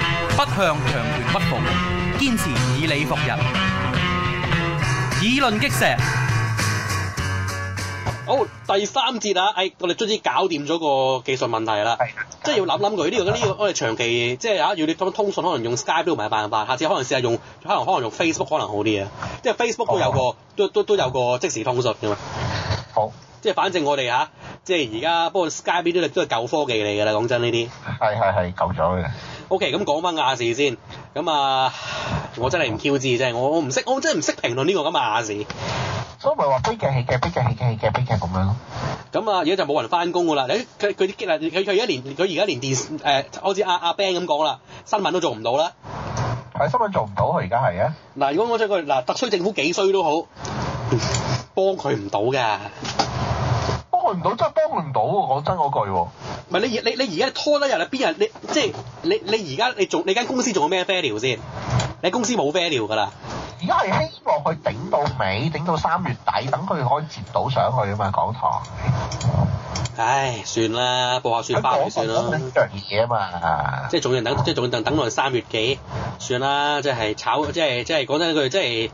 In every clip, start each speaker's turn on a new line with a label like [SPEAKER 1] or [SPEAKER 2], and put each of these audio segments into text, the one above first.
[SPEAKER 1] 向強權屈服，堅持以理服人，以論擊石。
[SPEAKER 2] 好，第三節啊，誒，我哋終於搞掂咗個技術問題啦，即係要諗諗佢呢個呢個，我哋長期即係啊，要你通通訊可能用 Skype 都唔係辦法，下次可能試下用，可能可能用 Facebook 可能好啲啊，即係 Facebook 都有個都都都有個即時通訊㗎嘛，
[SPEAKER 3] 好，
[SPEAKER 2] 即係反正我哋嚇，即係而家不過 Skype 呢啲都係舊科技嚟㗎啦，講真呢啲。
[SPEAKER 3] 係係係夠咗嘅。
[SPEAKER 2] OK，咁講翻亞視先，咁啊，我真係唔 Q 知真係，我我唔識，我真係唔識評論呢個咁嘅亞視。
[SPEAKER 3] 所以咪話悲劇戲劇悲劇戲劇戲劇悲劇咁樣咯。
[SPEAKER 2] 咁啊，而家就冇人翻工㗎啦。你佢佢啲佢佢而家連佢而家連電視誒，好似阿阿 Ben 咁講啦，新聞都做唔到啦。
[SPEAKER 3] 係新聞做唔到，佢而家係啊。
[SPEAKER 2] 嗱，如果我出佢嗱，特區政府幾衰都好，幫佢唔到㗎。
[SPEAKER 3] 幫佢唔到，真係幫佢唔到喎！講真嗰句喎。
[SPEAKER 2] 唔係你而你你而家拖得人啊？邊人你即係你你而家你做你間公司仲有咩 fail 先？你公司冇 fail 㗎啦。
[SPEAKER 3] 而家係希望佢頂到尾，頂到三月底，等佢可以接到上去啊嘛，港台。
[SPEAKER 2] 唉，算啦，播下雪
[SPEAKER 3] 佢
[SPEAKER 2] 花
[SPEAKER 3] 講
[SPEAKER 2] 佢算
[SPEAKER 3] 講
[SPEAKER 2] 啦
[SPEAKER 3] 呢。樣嘢啊嘛。
[SPEAKER 2] 即係仲要等，即係仲要等等耐三月幾，算啦，即係炒，即係即係講真一句，即係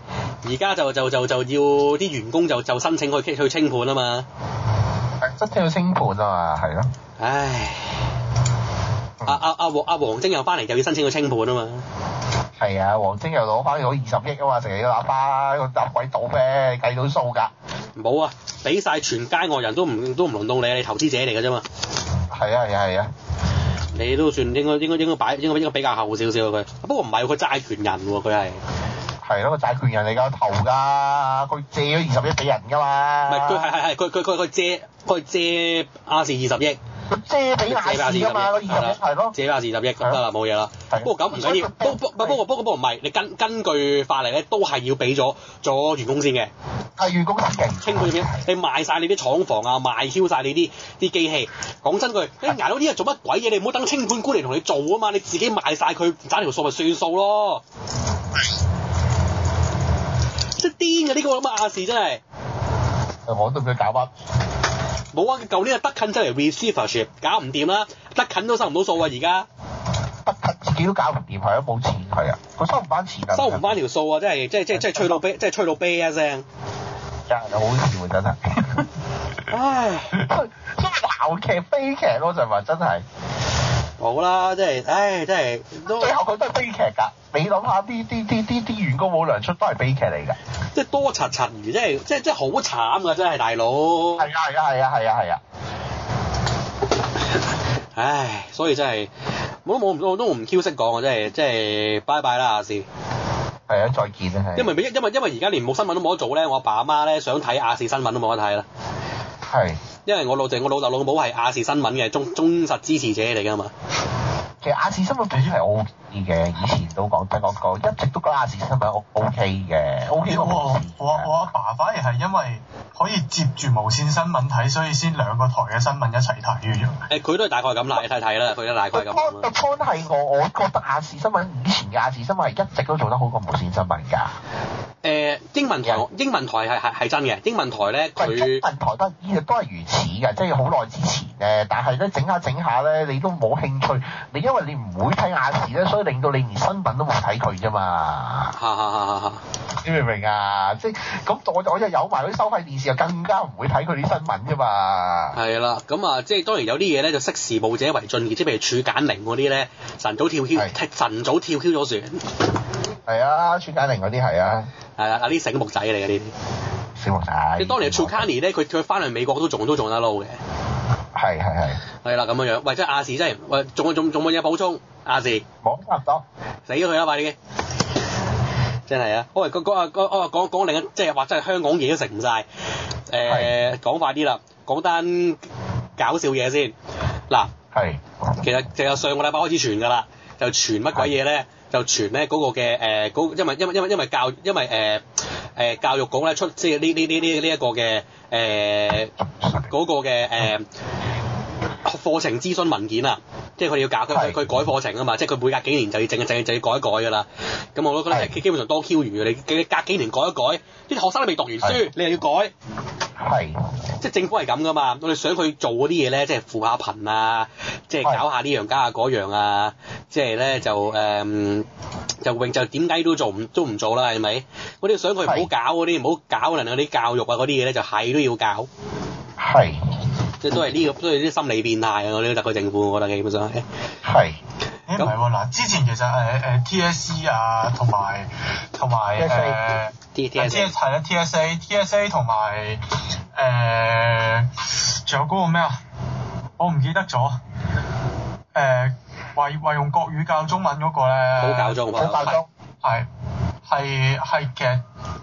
[SPEAKER 2] 而家就就就就要啲員工就就申請去去清盤啊嘛，
[SPEAKER 3] 即係要清盤啊嘛，係咯。
[SPEAKER 2] 唉，阿阿阿黃阿黃晶又翻嚟又要申請去清盤啊嘛，
[SPEAKER 3] 係啊，黃晶又攞翻咗二十億啊嘛，成日要喇叭，個搭鬼到咩？計到數㗎。
[SPEAKER 2] 冇啊，俾晒全街外人都唔都唔輪到你，你投資者嚟㗎啫嘛，
[SPEAKER 3] 係啊係啊係啊。
[SPEAKER 2] 你都算應該應該應該擺應該應該比較後少少啊佢，不過唔係喎佢債權人喎佢係，
[SPEAKER 3] 係咯，個債權人嚟㗎，投㗎，佢借咗二十億俾人㗎嘛。
[SPEAKER 2] 唔係佢係係係佢佢佢佢借佢借亞視二十億。
[SPEAKER 3] 佢借俾亞視㗎嘛，嗰二十億係啊咯。
[SPEAKER 2] 借翻二十億得啦，冇嘢啦。不過咁唔緊要，不不不過不過不過唔係，你根根據法例咧，都係要俾咗咗員工先嘅，
[SPEAKER 3] 係員工特勁。
[SPEAKER 2] 清盤
[SPEAKER 3] 啊
[SPEAKER 2] 先。你賣晒你啲廠房啊，賣超晒你啲啲機器。講真句，
[SPEAKER 3] 嗯
[SPEAKER 2] 你捱到呢日做乜鬼嘢？你唔好等清盤官嚟同你做啊嘛，你自己賣晒佢，賺條數咪算數咯。即係癲嘅呢個咁嘅亞視真係。
[SPEAKER 3] 我都唔知搞乜。
[SPEAKER 2] 冇啊！舊年啊，德勤真嚟 receivership 搞唔掂啦，德勤都收唔到數啊，而家。
[SPEAKER 3] 得自己都搞唔掂，係啊，冇錢係啊，佢收唔翻錢啊，
[SPEAKER 2] 收唔翻條數啊！真 係，即係即係即係吹到啤，即係吹到啤一聲。
[SPEAKER 3] 真係好笑啊，真係。
[SPEAKER 2] 唉，
[SPEAKER 3] 所以鬧劇悲劇咯，就係話真係，
[SPEAKER 2] 嗯好啦，即係，唉，真係都
[SPEAKER 3] 最後佢都係悲劇㗎。你諗下，啲啲啲啲啲員工冇糧出都係悲劇嚟㗎。
[SPEAKER 2] 即係多柒柒魚，即係即係即係好慘㗎，真係大佬。
[SPEAKER 3] 係啊係啊係啊係啊係啊，
[SPEAKER 2] 唉，所以真係我都冇我都唔 Q 識講啊！真係即係拜拜啦，亞視。
[SPEAKER 3] 係啊，再見啊係。
[SPEAKER 2] 因為因為因為而家連冇新聞都冇得做咧，我阿爸阿媽咧想睇亞視新聞都冇得睇啦。
[SPEAKER 3] 係，
[SPEAKER 2] 因為我老豆我老豆老母係亞視新聞嘅忠忠實支持者嚟㗎嘛。
[SPEAKER 3] 其實亞視新聞本身係 O K 嘅，以前都講真講過，一直都覺得亞視新聞 O K 嘅，O K
[SPEAKER 4] 我
[SPEAKER 3] 過
[SPEAKER 4] 我我阿爸反而係因為可以接住無線新聞睇，所以先兩個台嘅新聞一齊睇嘅啫。
[SPEAKER 2] 誒，佢都係大概咁啦，你睇睇啦，佢都大概
[SPEAKER 3] 個
[SPEAKER 2] 係咁啊
[SPEAKER 3] point 個
[SPEAKER 2] 啦。
[SPEAKER 3] point 係我，我覺得亞視新聞以前嘅亞視新聞係一直都做得好過無線新聞㗎。
[SPEAKER 2] 誒，呃英文台英文台係係係真嘅，英文台咧
[SPEAKER 3] 喂，中
[SPEAKER 2] 佢。
[SPEAKER 3] 文台都係都係如此㗎，即係好耐之前咧。但係咧整下整下咧，你都冇興趣。你因為你唔會睇亞視咧，所以令到你連新聞都冇睇佢啫嘛。
[SPEAKER 2] 哈哈哈！哈哈！
[SPEAKER 3] 你明唔明啊？即係咁，我我就有埋嗰啲收費電視，又更加唔會睇佢啲新聞啫嘛。
[SPEAKER 2] 係啦，咁啊，即係當然有啲嘢咧就識時務者為俊傑，即係譬如處簡寧嗰啲咧，晨早跳 Q，
[SPEAKER 3] 係
[SPEAKER 2] 晨早跳 Q 咗船，
[SPEAKER 3] 係啊，崔嘉玲嗰啲係啊，
[SPEAKER 2] 係啦，嗱啲醒目仔嚟嘅呢啲。
[SPEAKER 3] 小王仔。
[SPEAKER 2] 你當年處簡尼咧，佢佢翻嚟美國都仲都仲得撈嘅，
[SPEAKER 3] 係係係，
[SPEAKER 2] 係啦咁樣樣。喂，即係亞視真係，喂，仲有仲仲冇嘢補充？亞視
[SPEAKER 3] 冇差唔多。
[SPEAKER 2] 死咗佢啦，快啲！真係啊！喂，講講啊講啊講講另一，即係話真係香港嘢都食唔晒。誒，講快啲啦，講單搞笑嘢先。嗱。
[SPEAKER 3] 係。
[SPEAKER 2] 其實就有上個禮拜開始傳㗎啦，就傳乜鬼嘢咧？就傳咧嗰個嘅誒嗰，因為因為因為因為教因為誒誒、呃教育局咧出即係呢呢呢呢呢一個嘅誒嗰個嘅誒、呃、課程諮詢文件啊，即係佢哋要搞佢
[SPEAKER 3] 係
[SPEAKER 2] 佢改課程啊嘛，即係佢每隔幾年就要淨淨就要改一改㗎啦。咁我都覺得
[SPEAKER 3] 係
[SPEAKER 2] 基基本上多 Q 餘嘅，你你隔幾年改一改，啲學生都未讀完書，你又要改。
[SPEAKER 3] 係。
[SPEAKER 2] 即即係政府係咁噶嘛，我哋想佢做嗰啲嘢咧，即係扶下貧啊，即係
[SPEAKER 3] 係
[SPEAKER 2] 搞下呢樣加下嗰樣啊，即係咧就誒、嗯就永就點解都做唔都唔做啦，係咪？我哋想佢唔好
[SPEAKER 3] 係
[SPEAKER 2] 搞嗰啲，唔好搞人哋嗰啲教育啊嗰啲嘢咧，就係都要搞，
[SPEAKER 3] 係
[SPEAKER 2] 即係都係呢、個都係啲心理變態啊！我哋特區政府，我覺得基本上係。
[SPEAKER 3] 係
[SPEAKER 4] 誒唔係喎，嗱之前其實誒誒 TSE 啊，同埋同埋
[SPEAKER 3] TSA
[SPEAKER 4] 誒啊
[SPEAKER 2] T T S
[SPEAKER 4] 係係啦 TSA TSA 同埋誒仲有嗰個咩啊？我唔記得咗誒，話話用國語教中文嗰個咧，
[SPEAKER 2] 好教宗
[SPEAKER 3] 好爆
[SPEAKER 2] 啊！
[SPEAKER 3] 裝，
[SPEAKER 4] 係係係其實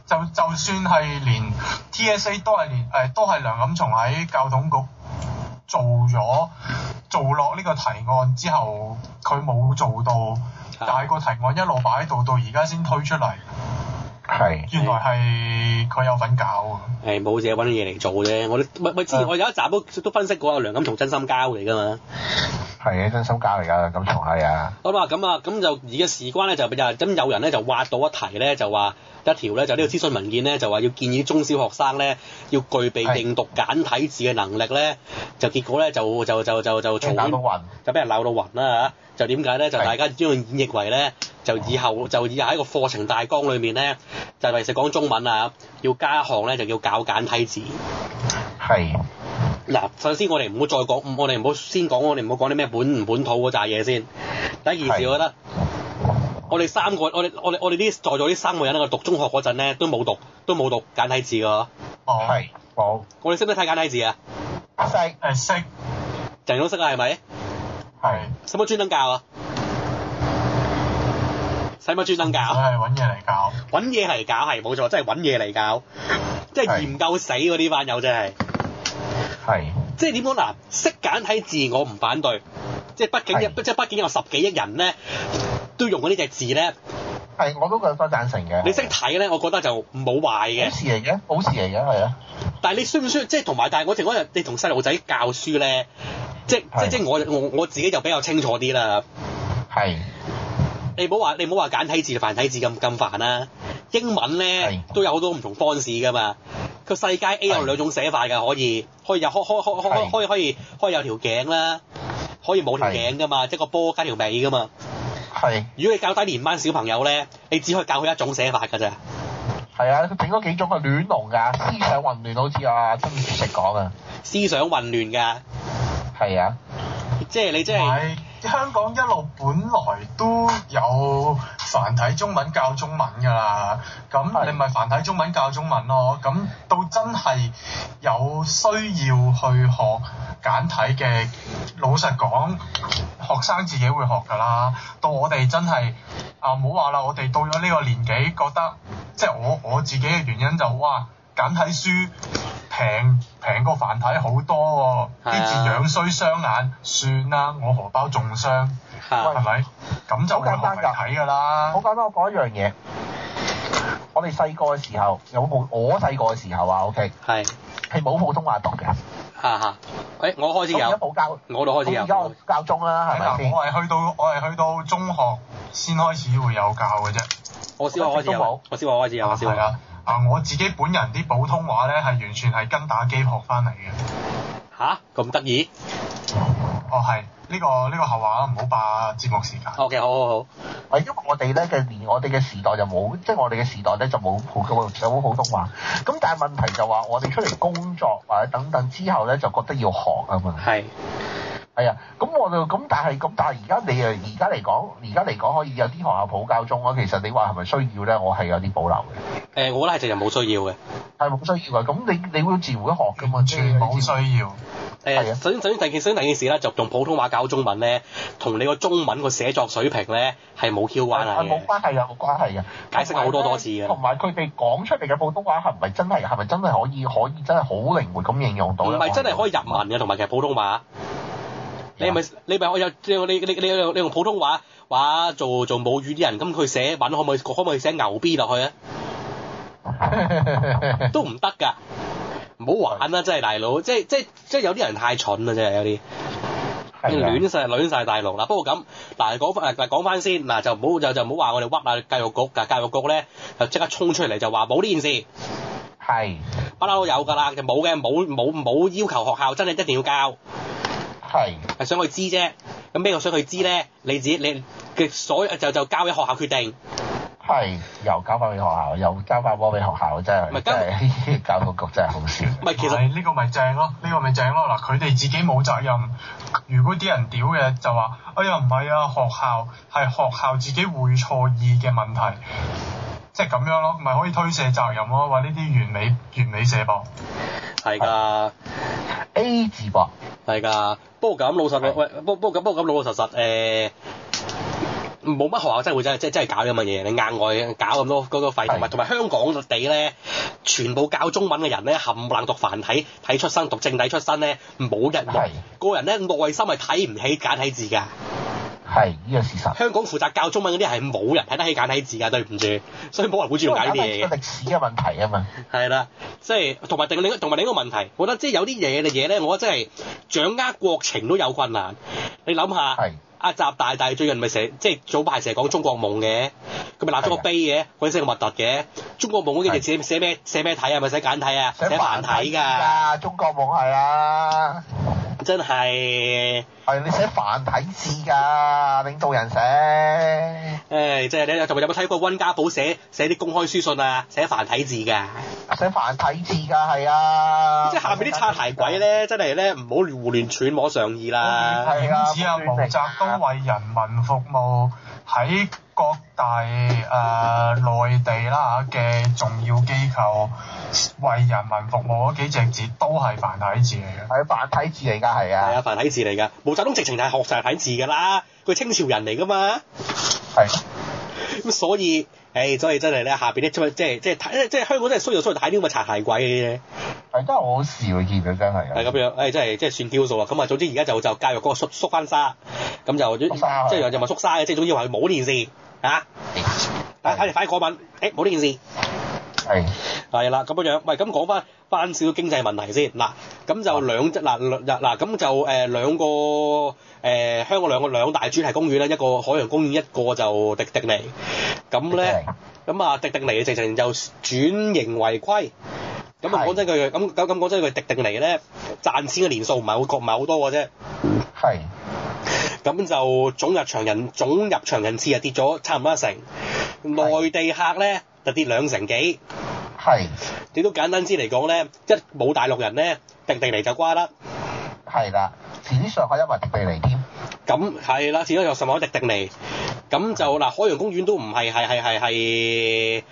[SPEAKER 4] 就就算係連 TSA 都係連誒、都係梁錦松喺教統局做咗做落呢個提案之後，佢冇做到，但係個提案一路擺喺度，到而家先推出嚟，
[SPEAKER 3] 係
[SPEAKER 4] 原來係佢有份搞啊㗎。
[SPEAKER 2] 係冇嘢揾嘢嚟做啫，我哋咪咪之前
[SPEAKER 3] 嗯
[SPEAKER 2] 我有一集都都分析過阿梁錦松真心交嚟㗎嘛。
[SPEAKER 3] 係真心交嚟㗎，咁從係啊，
[SPEAKER 2] 好啦，咁啊，咁就而家事關咧就咁有人咧就挖到一題咧就話一條咧就呢個諮詢文件咧就話要建議中小學生咧要具備
[SPEAKER 3] 係
[SPEAKER 2] 認讀簡體字嘅能力咧，就結果咧就就就就就
[SPEAKER 3] 即係
[SPEAKER 2] 嘈
[SPEAKER 3] 搞到暈，
[SPEAKER 2] 就俾人鬧到暈啦嚇。就點解咧？就
[SPEAKER 3] 係
[SPEAKER 2] 大家將佢演繹為咧，就以後就以後喺個課程大綱裏面咧，就係實講中文啊，要加一項咧就要搞簡體字。
[SPEAKER 3] 係
[SPEAKER 2] 嗱，首先我哋唔好再講，我哋唔好先講，我哋唔好講啲咩本唔本土嗰扎嘢先。第一件事，
[SPEAKER 3] 係
[SPEAKER 2] 我覺得我哋三個，我哋我哋我哋呢在座呢三個人喺度讀中學嗰陣咧，都冇讀都冇讀簡體字㗎。
[SPEAKER 4] 哦，
[SPEAKER 3] 係冇
[SPEAKER 2] 我哋識唔識睇簡體字啊？
[SPEAKER 3] 識
[SPEAKER 4] 誒識
[SPEAKER 2] 人人都識啊，係咪？
[SPEAKER 4] 係，
[SPEAKER 2] 使乜專登教啊？使乜專登
[SPEAKER 4] 佢
[SPEAKER 2] 教？啊
[SPEAKER 4] 係揾嘢嚟搞。
[SPEAKER 2] 揾嘢嚟搞係冇錯，真係揾嘢嚟搞，即係
[SPEAKER 3] 係
[SPEAKER 2] 研究死嗰啲班友真係。
[SPEAKER 3] 係
[SPEAKER 2] 即係點講嗱？識簡體字我唔反對，即係畢竟
[SPEAKER 3] 係
[SPEAKER 2] 即係畢竟有十幾億人咧都用嗰呢隻字咧，
[SPEAKER 3] 係我都覺得贊成嘅，
[SPEAKER 2] 你識睇咧，我覺得就冇壞
[SPEAKER 3] 好
[SPEAKER 2] 嘅。
[SPEAKER 3] 事嚟嘅，好事嚟嘅係啊，
[SPEAKER 2] 但係你需唔需要即係同埋？但係我哋嗰日你同細路仔教書咧，即即
[SPEAKER 3] 係
[SPEAKER 2] 即我我我自己就比較清楚啲啦。
[SPEAKER 3] 係
[SPEAKER 2] 你唔好話你唔好話簡體字、繁體字咁咁煩啦、英文咧
[SPEAKER 3] 係
[SPEAKER 2] 都有好多唔同方式噶嘛。個世界 A 有
[SPEAKER 3] 係
[SPEAKER 2] 兩種寫法㗎，可以可以有可可可可
[SPEAKER 3] 係
[SPEAKER 2] 可以可以可以有條頸啦，可以冇條
[SPEAKER 3] 係
[SPEAKER 2] 頸㗎嘛，即係個波加條尾㗎嘛。
[SPEAKER 3] 係
[SPEAKER 2] 如果你教低年班小朋友咧，你只可以教佢一種寫法㗎咋。
[SPEAKER 3] 係啊，佢整咗幾種啊亂龍㗎，思想混亂好似阿曾主席講啊，
[SPEAKER 2] 思想混亂㗎，
[SPEAKER 3] 係啊，
[SPEAKER 2] 即係你即
[SPEAKER 4] 唔
[SPEAKER 2] 係
[SPEAKER 4] 係香港一路本來都有繁體中文教中文㗎啦，咁
[SPEAKER 3] 係
[SPEAKER 4] 你咪繁體中文教中文咯。咁到真係有需要去學簡體嘅，老實講，學生自己會學㗎啦。到我哋真係啊，唔好話啦，我哋到咗呢個年紀，覺得即係我我自己嘅原因就哇，簡體書平平過繁體好多喎、
[SPEAKER 2] 係啊
[SPEAKER 4] 啲字樣衰雙眼，算啦，我荷包仲傷，
[SPEAKER 2] 嚇
[SPEAKER 4] 係咪？咁就會學嚟睇㗎啦
[SPEAKER 3] 好。簡單，我講一樣嘢。我哋細個嘅時候有冇？我細個嘅時候啊，OK，
[SPEAKER 2] 係
[SPEAKER 3] 係冇普通話讀嘅。
[SPEAKER 2] 嚇嚇。誒，我開始
[SPEAKER 3] 咁而家
[SPEAKER 2] 有，
[SPEAKER 3] 冇教，
[SPEAKER 2] 我度開始
[SPEAKER 3] 咁而家
[SPEAKER 2] 有啊
[SPEAKER 3] 我。教中啦，係咪
[SPEAKER 4] 嗱，
[SPEAKER 3] 先？
[SPEAKER 4] 我係去到我係去到中學先開始會有教嘅啫。
[SPEAKER 2] 我小學開始
[SPEAKER 3] 我都冇哦
[SPEAKER 2] 有，我小學開始有，我小
[SPEAKER 4] 係
[SPEAKER 2] 學。
[SPEAKER 4] 啊，啊我自己本人啲普通話咧係完全係跟打機學翻嚟嘅。
[SPEAKER 2] 吓？咁得意
[SPEAKER 4] 哦，係呢、個呢、個後話啦，唔好霸節目時間。
[SPEAKER 2] ？OK，好好好。
[SPEAKER 3] 係因為我哋咧嘅年，我哋嘅時代就冇，即係我哋嘅時代咧就冇普就冇普通話。咁但係問題就話，我哋出嚟工作或者等等之後咧，就覺得要學啊嘛。
[SPEAKER 2] 係
[SPEAKER 3] 係啊，咁我就咁，但係咁，但係而家你啊，而家嚟講，而家嚟講可以有啲學校普教中啊。其實你話係咪需要咧？我係有啲保留嘅。
[SPEAKER 2] 誒，我覺得係直情冇需要嘅。
[SPEAKER 3] 係冇需要啊。咁你你會自然會學噶嘛？
[SPEAKER 4] 完啊全冇
[SPEAKER 3] 要。
[SPEAKER 4] 需要。
[SPEAKER 2] 誒
[SPEAKER 3] 係啊
[SPEAKER 2] 首先首先第二件首先第二件事咧，就用普通話教中文咧，同你個中文個寫作水平咧係冇翹關係
[SPEAKER 3] 係
[SPEAKER 2] 嘅。
[SPEAKER 3] 冇關係啊，冇關係啊。
[SPEAKER 2] 解釋過好多多次嘅
[SPEAKER 3] 同埋佢哋講出嚟嘅普通話係咪真係係咪真係可以可以真係好靈活咁應用到
[SPEAKER 2] 唔
[SPEAKER 3] 咧？
[SPEAKER 2] 係真係可以入 文嘅，同埋其實普通話，你係
[SPEAKER 3] 啊
[SPEAKER 2] 咪你咪我有你你你你用普通話話做做母語啲人，咁佢寫文可唔可以可唔可以寫牛 B 落去啊？
[SPEAKER 3] 以。
[SPEAKER 2] 都唔得㗎，唔好玩啦！真係大佬，即係即係即係有啲人太蠢啦，真係有啲。
[SPEAKER 3] 係啊
[SPEAKER 2] 亂晒亂晒大陸啦。不過咁嗱講翻嗱講翻先嗱就唔好就就唔好話我哋屈啊教育局㗎，教育局咧就即刻衝出嚟就話冇呢件事，
[SPEAKER 3] 係
[SPEAKER 2] 不嬲都有㗎啦，就冇嘅，冇冇冇要求學校真係一定要教，
[SPEAKER 3] 係
[SPEAKER 2] 係想佢知啫。咁咩叫想佢知咧？你自己你嘅所有就就交俾學校決定，
[SPEAKER 3] 係，又交翻俾學校，又交翻波俾學校，真
[SPEAKER 2] 唔係
[SPEAKER 3] 係真係 教育局真係好笑。
[SPEAKER 2] 唔係其實
[SPEAKER 4] 係呢個咪正咯，呢、個咪正咯。嗱，佢哋自己冇責任。如果啲人屌嘅就話：哎呀唔係啊，學校係學校自己會錯意嘅問題，即係咁樣咯，咪可以推卸責任咯。話呢啲完美完美社博，
[SPEAKER 2] 係㗎。
[SPEAKER 3] A 字噃，
[SPEAKER 2] 係㗎，不過咁老實講，
[SPEAKER 3] 係
[SPEAKER 2] 喂，不不過咁不過咁老老實實誒，呃冇、乜學校真係會真係真真係搞呢咁嘅嘢，你額外搞咁多嗰個費，同埋
[SPEAKER 3] 係
[SPEAKER 2] 同埋香港地咧，全部教中文嘅人咧冚唪唥讀繁體，睇出身讀正體出身咧，冇人
[SPEAKER 3] 係
[SPEAKER 2] 個人咧內心係睇唔起簡體字㗎。
[SPEAKER 3] 係呢個事實。
[SPEAKER 2] 香港負責教中文嗰啲係冇人睇得起簡體字㗎，對唔住，所以冇人會主動搞呢啲嘢嘅。
[SPEAKER 3] 個歷史嘅問題啊嘛，
[SPEAKER 2] 係啦，即係同埋另另同埋另一個問題，我覺得即係有啲嘢嘅嘢咧，我覺得真係掌握國情都有困難。你諗下，
[SPEAKER 3] 係
[SPEAKER 2] 阿習大大最近咪成日即係早排成日講中國夢嘅，佢咪立咗個
[SPEAKER 3] 係啊
[SPEAKER 2] 碑嘅，鬼死咁核突嘅。中國夢嗰幾隻字寫咩寫咩體啊？咪寫簡體啊，寫繁體㗎，，
[SPEAKER 3] 中國夢係啊，
[SPEAKER 2] 真係。
[SPEAKER 3] 係你寫繁體字㗎，領導人寫
[SPEAKER 2] 唉，即係你同埋有冇睇過温家寶寫寫啲公開書信啊？寫繁體字㗎，
[SPEAKER 3] 寫繁體字㗎，係啊，
[SPEAKER 2] 即係下面啲擦鞋鬼咧，真係咧唔好胡亂揣摩上意啦。
[SPEAKER 3] 係啊
[SPEAKER 4] 點止啊毛澤東為人民服務喺各大誒、呃、內地啦嘅重要機構為人民服務嗰幾隻字都係繁體字嚟嘅。
[SPEAKER 3] 係繁體字嚟㗎，係
[SPEAKER 2] 係
[SPEAKER 3] 啊，
[SPEAKER 2] 啊，繁體字嚟㗎。毛澤東直情係學晒繁體字㗎啦，佢清朝人嚟㗎嘛。啊
[SPEAKER 3] 係
[SPEAKER 2] 咁所以，誒，所以真係咧，下邊啲即係即係即係睇，即係香港真係衰就衰在睇啲咁嘅擦鞋鬼嘅啫，
[SPEAKER 3] 係真係好好笑見到真係，
[SPEAKER 2] 係咁
[SPEAKER 3] 樣，
[SPEAKER 2] 樣，誒，真係即係算挑數啊。咁啊，總之而家就就教育嗰個縮縮翻沙，咁就即
[SPEAKER 3] 縮沙啊
[SPEAKER 2] 係又又咪縮沙嘅，即係總之話佢冇呢件事啊。啊，睇嚟快過敏，誒冇呢件事。
[SPEAKER 3] 係
[SPEAKER 2] 係啦，咁樣樣，喂，咁講翻翻少少經濟問題先，嗱，咁就兩隻嗱兩嗱咁就誒、呃、兩個誒、呃香港兩個兩大主題公園啦，一個海洋公園，一個就迪迪尼，咁咧，咁啊迪迪尼直情就轉型為虧。咁啊
[SPEAKER 3] 係
[SPEAKER 2] 講真句，咁咁咁講真句，迪迪尼咧賺錢嘅年數唔係好唔係好多嘅啫，
[SPEAKER 3] 係
[SPEAKER 2] 咁就總入場人總入場人次啊跌咗差唔多一成，內地客咧就跌兩成幾，
[SPEAKER 3] 係
[SPEAKER 2] 你都簡單之嚟講咧，一冇大陸人咧，定定嚟就瓜啦。
[SPEAKER 3] 係啦，遲啲上海因為迪地嚟添，
[SPEAKER 2] 咁係啦，始終有什麼迪迪尼，咁就嗱海洋公園都唔係係係係係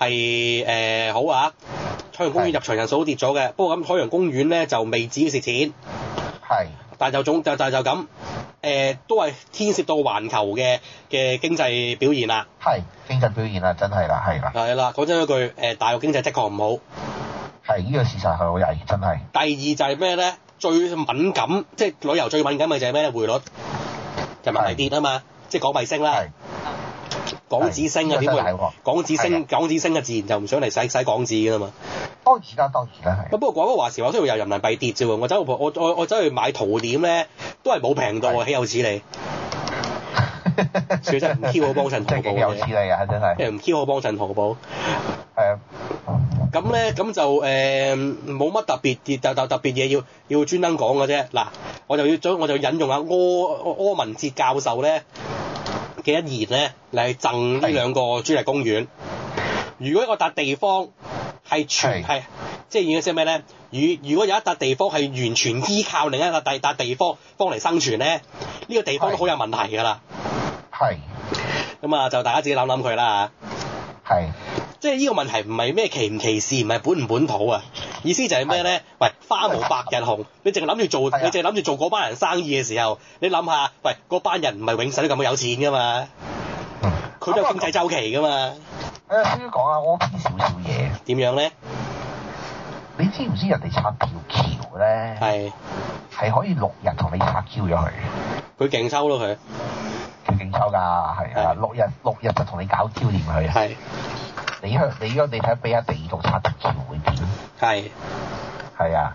[SPEAKER 2] 係誒好啊！海洋公園入場人數都跌咗嘅，不過咁海洋公園咧就未至於蝕錢，
[SPEAKER 3] 係
[SPEAKER 2] 但就總就就就咁誒、都係牽涉到環球嘅嘅經濟表現啦。
[SPEAKER 3] 係經濟表現啦，真係啦，係啦，
[SPEAKER 2] 係啦，講真一句誒、大陸經濟的確唔好。
[SPEAKER 3] 係呢個事實係好曳，真係
[SPEAKER 2] 第二就係咩咧？最敏感，即係旅遊最敏感嘅就係咩咧？匯率就問題跌啊嘛，即係港幣升啦
[SPEAKER 3] 係，。
[SPEAKER 2] 港紙升啊，
[SPEAKER 3] 係
[SPEAKER 2] 點會
[SPEAKER 3] 呢個真係喎
[SPEAKER 2] 港紙
[SPEAKER 3] 係
[SPEAKER 2] 升？
[SPEAKER 3] 啊
[SPEAKER 2] 港紙升啊，自然就唔想嚟使使港紙㗎啦嘛。
[SPEAKER 3] 當然啦，當然啦，
[SPEAKER 2] 咁
[SPEAKER 3] 係
[SPEAKER 2] 不過講個話時話，雖然有人民幣跌啫喎，我走去我我我走去買淘點咧，都係冇平到啊，豈有此理！小真唔 Q 好幫襯淘
[SPEAKER 3] 真係
[SPEAKER 2] 寶
[SPEAKER 3] 幾有
[SPEAKER 2] 嘅
[SPEAKER 3] 錢，嚟啊！真係啊
[SPEAKER 2] 即係唔 Q 好幫襯淘寶。
[SPEAKER 3] 誒
[SPEAKER 2] 咁咧咁就誒冇乜特別特特特別嘢要要專登講嘅啫。嗱，我就要將我就引用下柯柯文哲教授咧嘅一言咧嚟贈呢兩個主題公園。如果一個笪地方係全
[SPEAKER 3] 係
[SPEAKER 2] 係即係意思係咩咧？如如果有一笪地方係完全依靠另一笪第笪地方幫嚟生存咧，呢、個地方都好有問題㗎啦。
[SPEAKER 3] 係
[SPEAKER 2] 咁啊，就大家自己諗諗佢啦。
[SPEAKER 3] 係
[SPEAKER 2] 即係呢個問題唔係咩歧唔歧視，唔係本唔本土啊！意思就係咩咧？喂，花無百日紅，你淨係諗住做，
[SPEAKER 3] 係啊
[SPEAKER 2] 你淨係諗住做嗰班人生意嘅時候，你諗下，喂，嗰班人唔係永世都咁有錢噶嘛？
[SPEAKER 3] 嗯
[SPEAKER 2] 佢都有經濟周期噶嘛？
[SPEAKER 3] 誒先講啊下 O P 少少嘢，
[SPEAKER 2] 點樣咧？
[SPEAKER 3] 你知唔知人哋拆條橋咧
[SPEAKER 2] 係
[SPEAKER 3] 係可以六日同你拆 Q 咗佢，
[SPEAKER 2] 佢勁收咯，佢
[SPEAKER 3] 佢勁抽㗎，係
[SPEAKER 2] 係
[SPEAKER 3] 啊，六日六日就同你搞 Q 掂佢啊！
[SPEAKER 2] 係
[SPEAKER 3] 你香你你睇下俾下地度拆條橋會點？
[SPEAKER 2] 係
[SPEAKER 3] 係啊，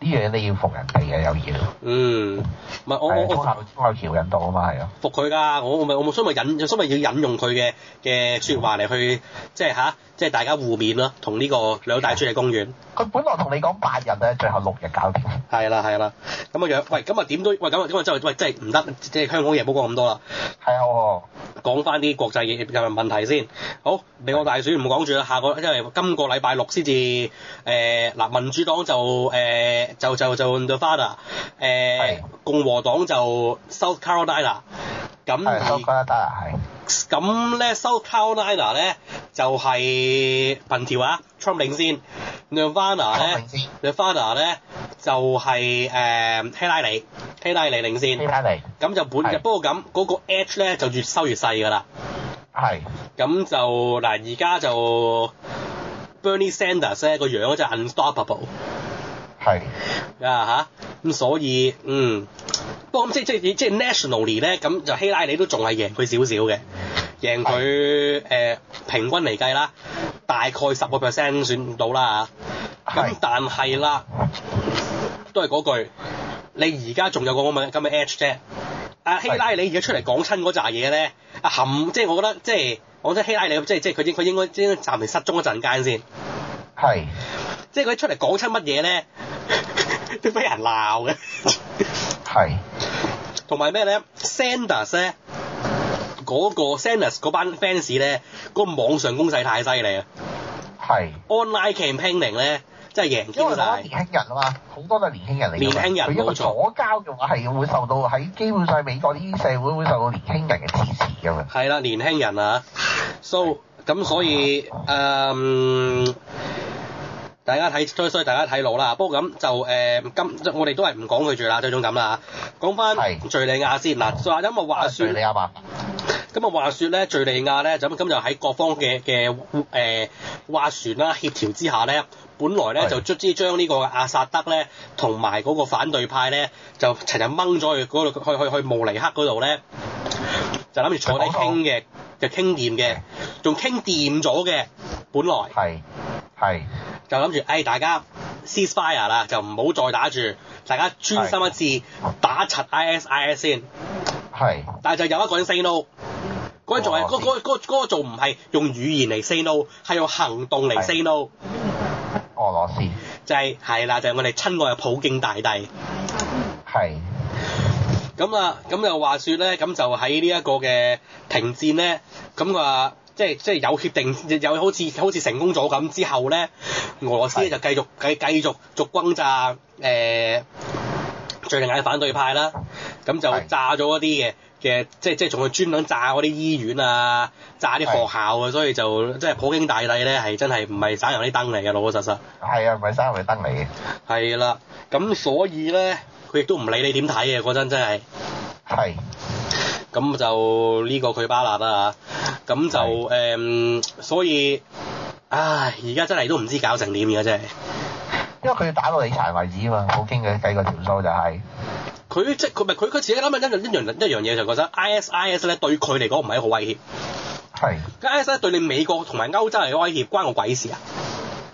[SPEAKER 3] 呢樣嘢你要服人哋啊嘅又要，
[SPEAKER 2] 嗯，唔係我我
[SPEAKER 3] 係
[SPEAKER 2] 我
[SPEAKER 3] 啊，操靠操靠人度啊嘛，係啊，
[SPEAKER 2] 服佢㗎，我我咪我咪所以咪引，所以咪要引用佢嘅嘅説話嚟去，即係吓，即係大家互勉咯，同呢個兩大主題公園。
[SPEAKER 3] 佢本來同你講八日咧，最後六日搞掂，
[SPEAKER 2] 係啦係啦，咁嘅樣，喂，咁啊點都，喂咁啊咁啊真係，喂真係唔得，即係香港嘢唔好講咁多啦，
[SPEAKER 3] 係啊喎，
[SPEAKER 2] 講翻啲國際嘅嘅問題先。好，美國大選唔講住啦，下個因為今個禮拜六先至誒嗱，民主黨就誒、呃就就就 n e v a d a 誒
[SPEAKER 3] 係
[SPEAKER 2] 共和黨就 South Carolina，咁
[SPEAKER 3] 係收
[SPEAKER 2] 而
[SPEAKER 3] 歸得啊，係，
[SPEAKER 2] 咁咧 South Carolina 咧就係、憑條啊，Trump 領先，Nevada
[SPEAKER 3] 確
[SPEAKER 2] 咧
[SPEAKER 3] 定先，
[SPEAKER 2] ，Nevada 咧就係、誒、希拉里，希拉里領
[SPEAKER 3] 呢
[SPEAKER 2] 先。
[SPEAKER 3] 排嚟，
[SPEAKER 2] 咁就本
[SPEAKER 3] 係
[SPEAKER 2] 不過咁嗰、個 edge 咧就越收越細㗎啦。
[SPEAKER 3] 係，
[SPEAKER 2] 咁就嗱，而家就 Bernie Sanders 咧個樣就 unstoppable
[SPEAKER 3] 係，
[SPEAKER 2] 啊吓，咁所以嗯，不過咁即即即即 nationally 咧，咁就希拉里都仲係贏佢少少嘅，贏佢誒、呃平均嚟計啦，大概十個 percent 算到啦嚇。咁
[SPEAKER 3] 係
[SPEAKER 2] 但係啦，都係嗰句，你而家仲有個咁嘅咁嘅 edge 啫。阿希拉里而家出嚟講親嗰扎嘢咧，阿冚即係我覺得即係我覺得希拉里即係即係佢應佢應該應該暫時失蹤一陣間先。
[SPEAKER 3] 係，
[SPEAKER 2] 即係佢出嚟講親乜嘢咧，都俾人鬧嘅。
[SPEAKER 3] 係，
[SPEAKER 2] 同埋咩咧？Sanders 咧，嗰、個 Sanders 嗰班 fans 咧，嗰、個網上攻勢太犀利 啊
[SPEAKER 3] 係。
[SPEAKER 2] ！Online campaigning 咧，真係贏
[SPEAKER 3] 因為
[SPEAKER 2] 堅
[SPEAKER 3] 好多
[SPEAKER 2] 晒。
[SPEAKER 3] 年輕人啊嘛，好多都係年輕人嚟㗎嘛。
[SPEAKER 2] 年輕人
[SPEAKER 3] 佢因
[SPEAKER 2] 冇錯
[SPEAKER 3] 為左交嘅話係會受到喺基本上美國呢啲社會會受到年輕人嘅支持㗎嘛。
[SPEAKER 2] 係啦，年輕人啊，so 咁所以誒、嗯大家睇，所以所以大家睇路啦。不過咁就誒、今我哋都係唔講佢住啦，最終咁啦講翻
[SPEAKER 3] 係
[SPEAKER 2] 敍利亞先嗱，就話因為話
[SPEAKER 3] 所以
[SPEAKER 2] 説
[SPEAKER 3] 你。啱嘛？
[SPEAKER 2] 咁啊，話說咧，敍利亞咧，就咁咁就喺各方嘅嘅誒斡旋啦、協調之下咧，本來咧
[SPEAKER 3] 係
[SPEAKER 2] 就卒之將呢個阿薩德咧同埋嗰個反對派咧，就齊齊掹咗去嗰度去去去慕尼克嗰度咧，就諗住坐低傾嘅，就傾掂嘅，仲傾掂咗嘅，本來
[SPEAKER 3] 係係
[SPEAKER 2] 就諗住，誒、哎大家 ceasefire 啦，就唔好再打住，大家專心一致打柒 ISIS 先。
[SPEAKER 3] 係
[SPEAKER 2] 但係就有一個人 say no。嗰個人仲係
[SPEAKER 3] 哦
[SPEAKER 2] 嗰嗰嗰嗰個做唔係用語言嚟 say no，係用行動嚟
[SPEAKER 3] 係
[SPEAKER 2] say no，
[SPEAKER 3] 俄羅斯
[SPEAKER 2] 就係係啦，就係我哋親愛嘅普京大帝。
[SPEAKER 3] 係
[SPEAKER 2] 咁啊，咁就話說咧，咁就喺呢一個嘅停戰咧，咁話即係即係有協定，有好似好似成功咗咁之後咧，俄羅斯呢就
[SPEAKER 3] 係
[SPEAKER 2] 繼續繼繼續續轟炸誒、呃、敍利亞嘅反對派啦，咁就
[SPEAKER 3] 係
[SPEAKER 2] 炸咗一啲嘅。嘅即係即係仲去專登炸嗰啲醫院啊，炸啲學校啊，所以就即係普京大帝咧係真係唔係省油啲燈嚟嘅，老老實實
[SPEAKER 3] 係啊，唔係三維燈嚟嘅。
[SPEAKER 2] 係啦。咁所以咧，佢亦都唔理你點睇嘅嗰陣真係。
[SPEAKER 3] 係
[SPEAKER 2] 咁就呢個佢巴辣啦嚇，咁就誒、所以，唉，而家真係都唔知搞成點而家真係。
[SPEAKER 3] 因為佢要打到你殘為止啊嘛，好經佢計個條數就係
[SPEAKER 2] 佢即係佢咪佢佢自己諗緊一樣一樣一樣嘢就覺得 ISIS 咧對佢嚟講唔係一個威脅
[SPEAKER 3] 係
[SPEAKER 2] ，ISIS 對你美國同埋歐洲嚟講威脅，關我鬼事啊！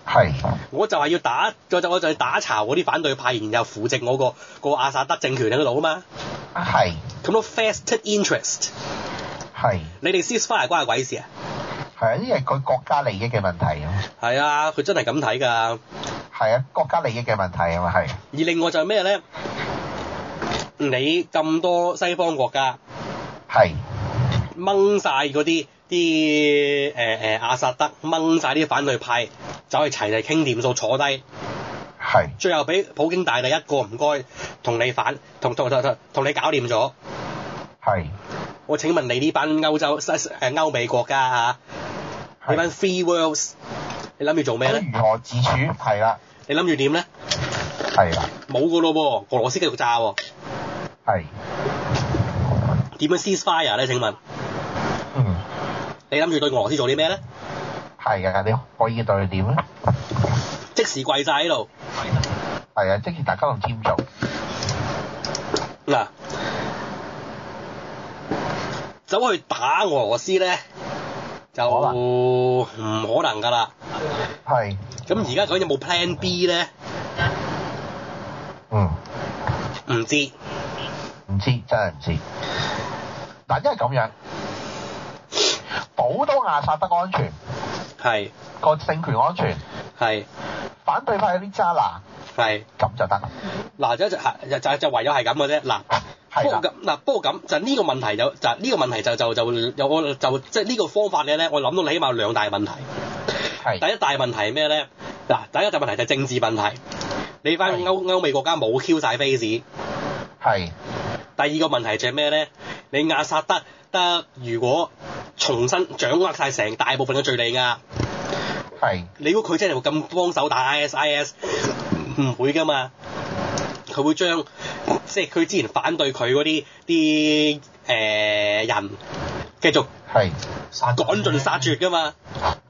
[SPEAKER 3] 係
[SPEAKER 2] 我就係要打，我就我就係打巢嗰啲反對派，然後扶植我個個阿薩德政權喺度啊嘛，
[SPEAKER 3] 係
[SPEAKER 2] 咁都 vested interest，
[SPEAKER 3] 係
[SPEAKER 2] 你哋 ceasefire 關我鬼事啊！
[SPEAKER 3] 係啊！呢係佢國家利益嘅問題啊，
[SPEAKER 2] 係啊，佢真係咁睇㗎。
[SPEAKER 3] 係啊，國家利益嘅問題啊嘛，係
[SPEAKER 2] 而另外就係咩咧？你咁多西方國家
[SPEAKER 3] 係
[SPEAKER 2] 掹晒嗰啲啲誒誒阿薩德掹晒啲反對派，走去齊齊傾掂數坐低，
[SPEAKER 3] 係
[SPEAKER 2] 最後俾普京大帝一個唔該同你反同同同同同你搞掂咗。
[SPEAKER 3] 係
[SPEAKER 2] 我請問你呢班歐洲西誒歐美國家啊，你班
[SPEAKER 3] 係
[SPEAKER 2] free worlds，你諗住做咩咧？
[SPEAKER 3] 佢哎如何自處係啦
[SPEAKER 2] 你諗住點咧？
[SPEAKER 3] 係啦
[SPEAKER 2] 冇噶咯噃，俄羅斯繼續炸喎，
[SPEAKER 3] 係
[SPEAKER 2] 點樣 ceasefire 咧？請問
[SPEAKER 3] 嗯。
[SPEAKER 2] 你諗住對俄羅斯做啲咩咧？
[SPEAKER 3] 係啊，你可以對佢點咧？
[SPEAKER 2] 即時跪晒喺度。
[SPEAKER 3] 係啊，即係大家同尖做，
[SPEAKER 2] 嗱，走去打俄羅斯咧，就
[SPEAKER 3] 可能
[SPEAKER 2] 唔可能㗎啦。
[SPEAKER 3] 係
[SPEAKER 2] 咁而家究竟有冇 Plan B 咧？
[SPEAKER 3] 嗯，
[SPEAKER 2] 唔知
[SPEAKER 3] 唔知真係唔知。嗱，因為咁樣，保到亞薩德安全，
[SPEAKER 2] 係
[SPEAKER 3] 個政權安全，
[SPEAKER 2] 係
[SPEAKER 3] 反對派有啲渣拿，
[SPEAKER 2] 係
[SPEAKER 3] 咁就得啦。
[SPEAKER 2] 嗱，就就就就就唯有係咁嘅啫。嗱，
[SPEAKER 3] 係
[SPEAKER 2] 不過
[SPEAKER 3] 啦，
[SPEAKER 2] 哦咁嗱，不過咁就呢個問題就就呢個問題就就就有我就即係呢個方法咧咧，我諗到你起碼有兩大問題。第
[SPEAKER 3] 係
[SPEAKER 2] 一大問題係咩咧？嗱，第一大問題就係政治問題。你翻
[SPEAKER 3] 係
[SPEAKER 2] 歐歐美國家冇 Q 晒 face。
[SPEAKER 3] 係
[SPEAKER 2] 第二個問題就係咩咧？你亞薩德得如果重新掌握晒成大部分嘅敍利亞，
[SPEAKER 3] 係
[SPEAKER 2] 你估佢真係會咁幫手打 ISIS？唔會噶嘛，佢會將即係佢之前反對佢嗰啲啲誒人繼續
[SPEAKER 3] 係，
[SPEAKER 4] 殺咗
[SPEAKER 2] 趕盡殺絕噶嘛，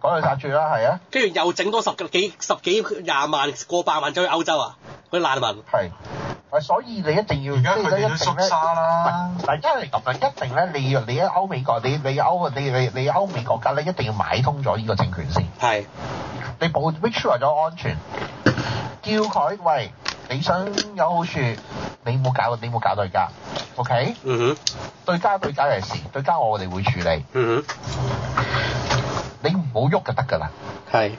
[SPEAKER 3] 講佢殺住啦，係啊，
[SPEAKER 2] 跟住又整多十幾十幾廿萬過百萬走去歐洲啊，嗰啲難民
[SPEAKER 3] 係。喂，所以你一定要，
[SPEAKER 4] 而家
[SPEAKER 3] 即係
[SPEAKER 4] 佢哋都
[SPEAKER 3] 一定
[SPEAKER 4] 縮
[SPEAKER 3] 咧。
[SPEAKER 4] 沙啦
[SPEAKER 3] 唔，係，但因為咁樣，一定咧，你要你喺歐美國，你你歐你你你歐美國家咧，一定要買通咗呢個政權先，
[SPEAKER 2] 係
[SPEAKER 3] 你保 make sure 咗安全，叫佢喂，你想有好處，你冇搞你冇搞對家，OK？
[SPEAKER 2] 嗯哼
[SPEAKER 3] 對家對家嘅事，對家我哋會處理，
[SPEAKER 2] 嗯
[SPEAKER 3] 你唔好喐就得㗎啦，
[SPEAKER 2] 哼係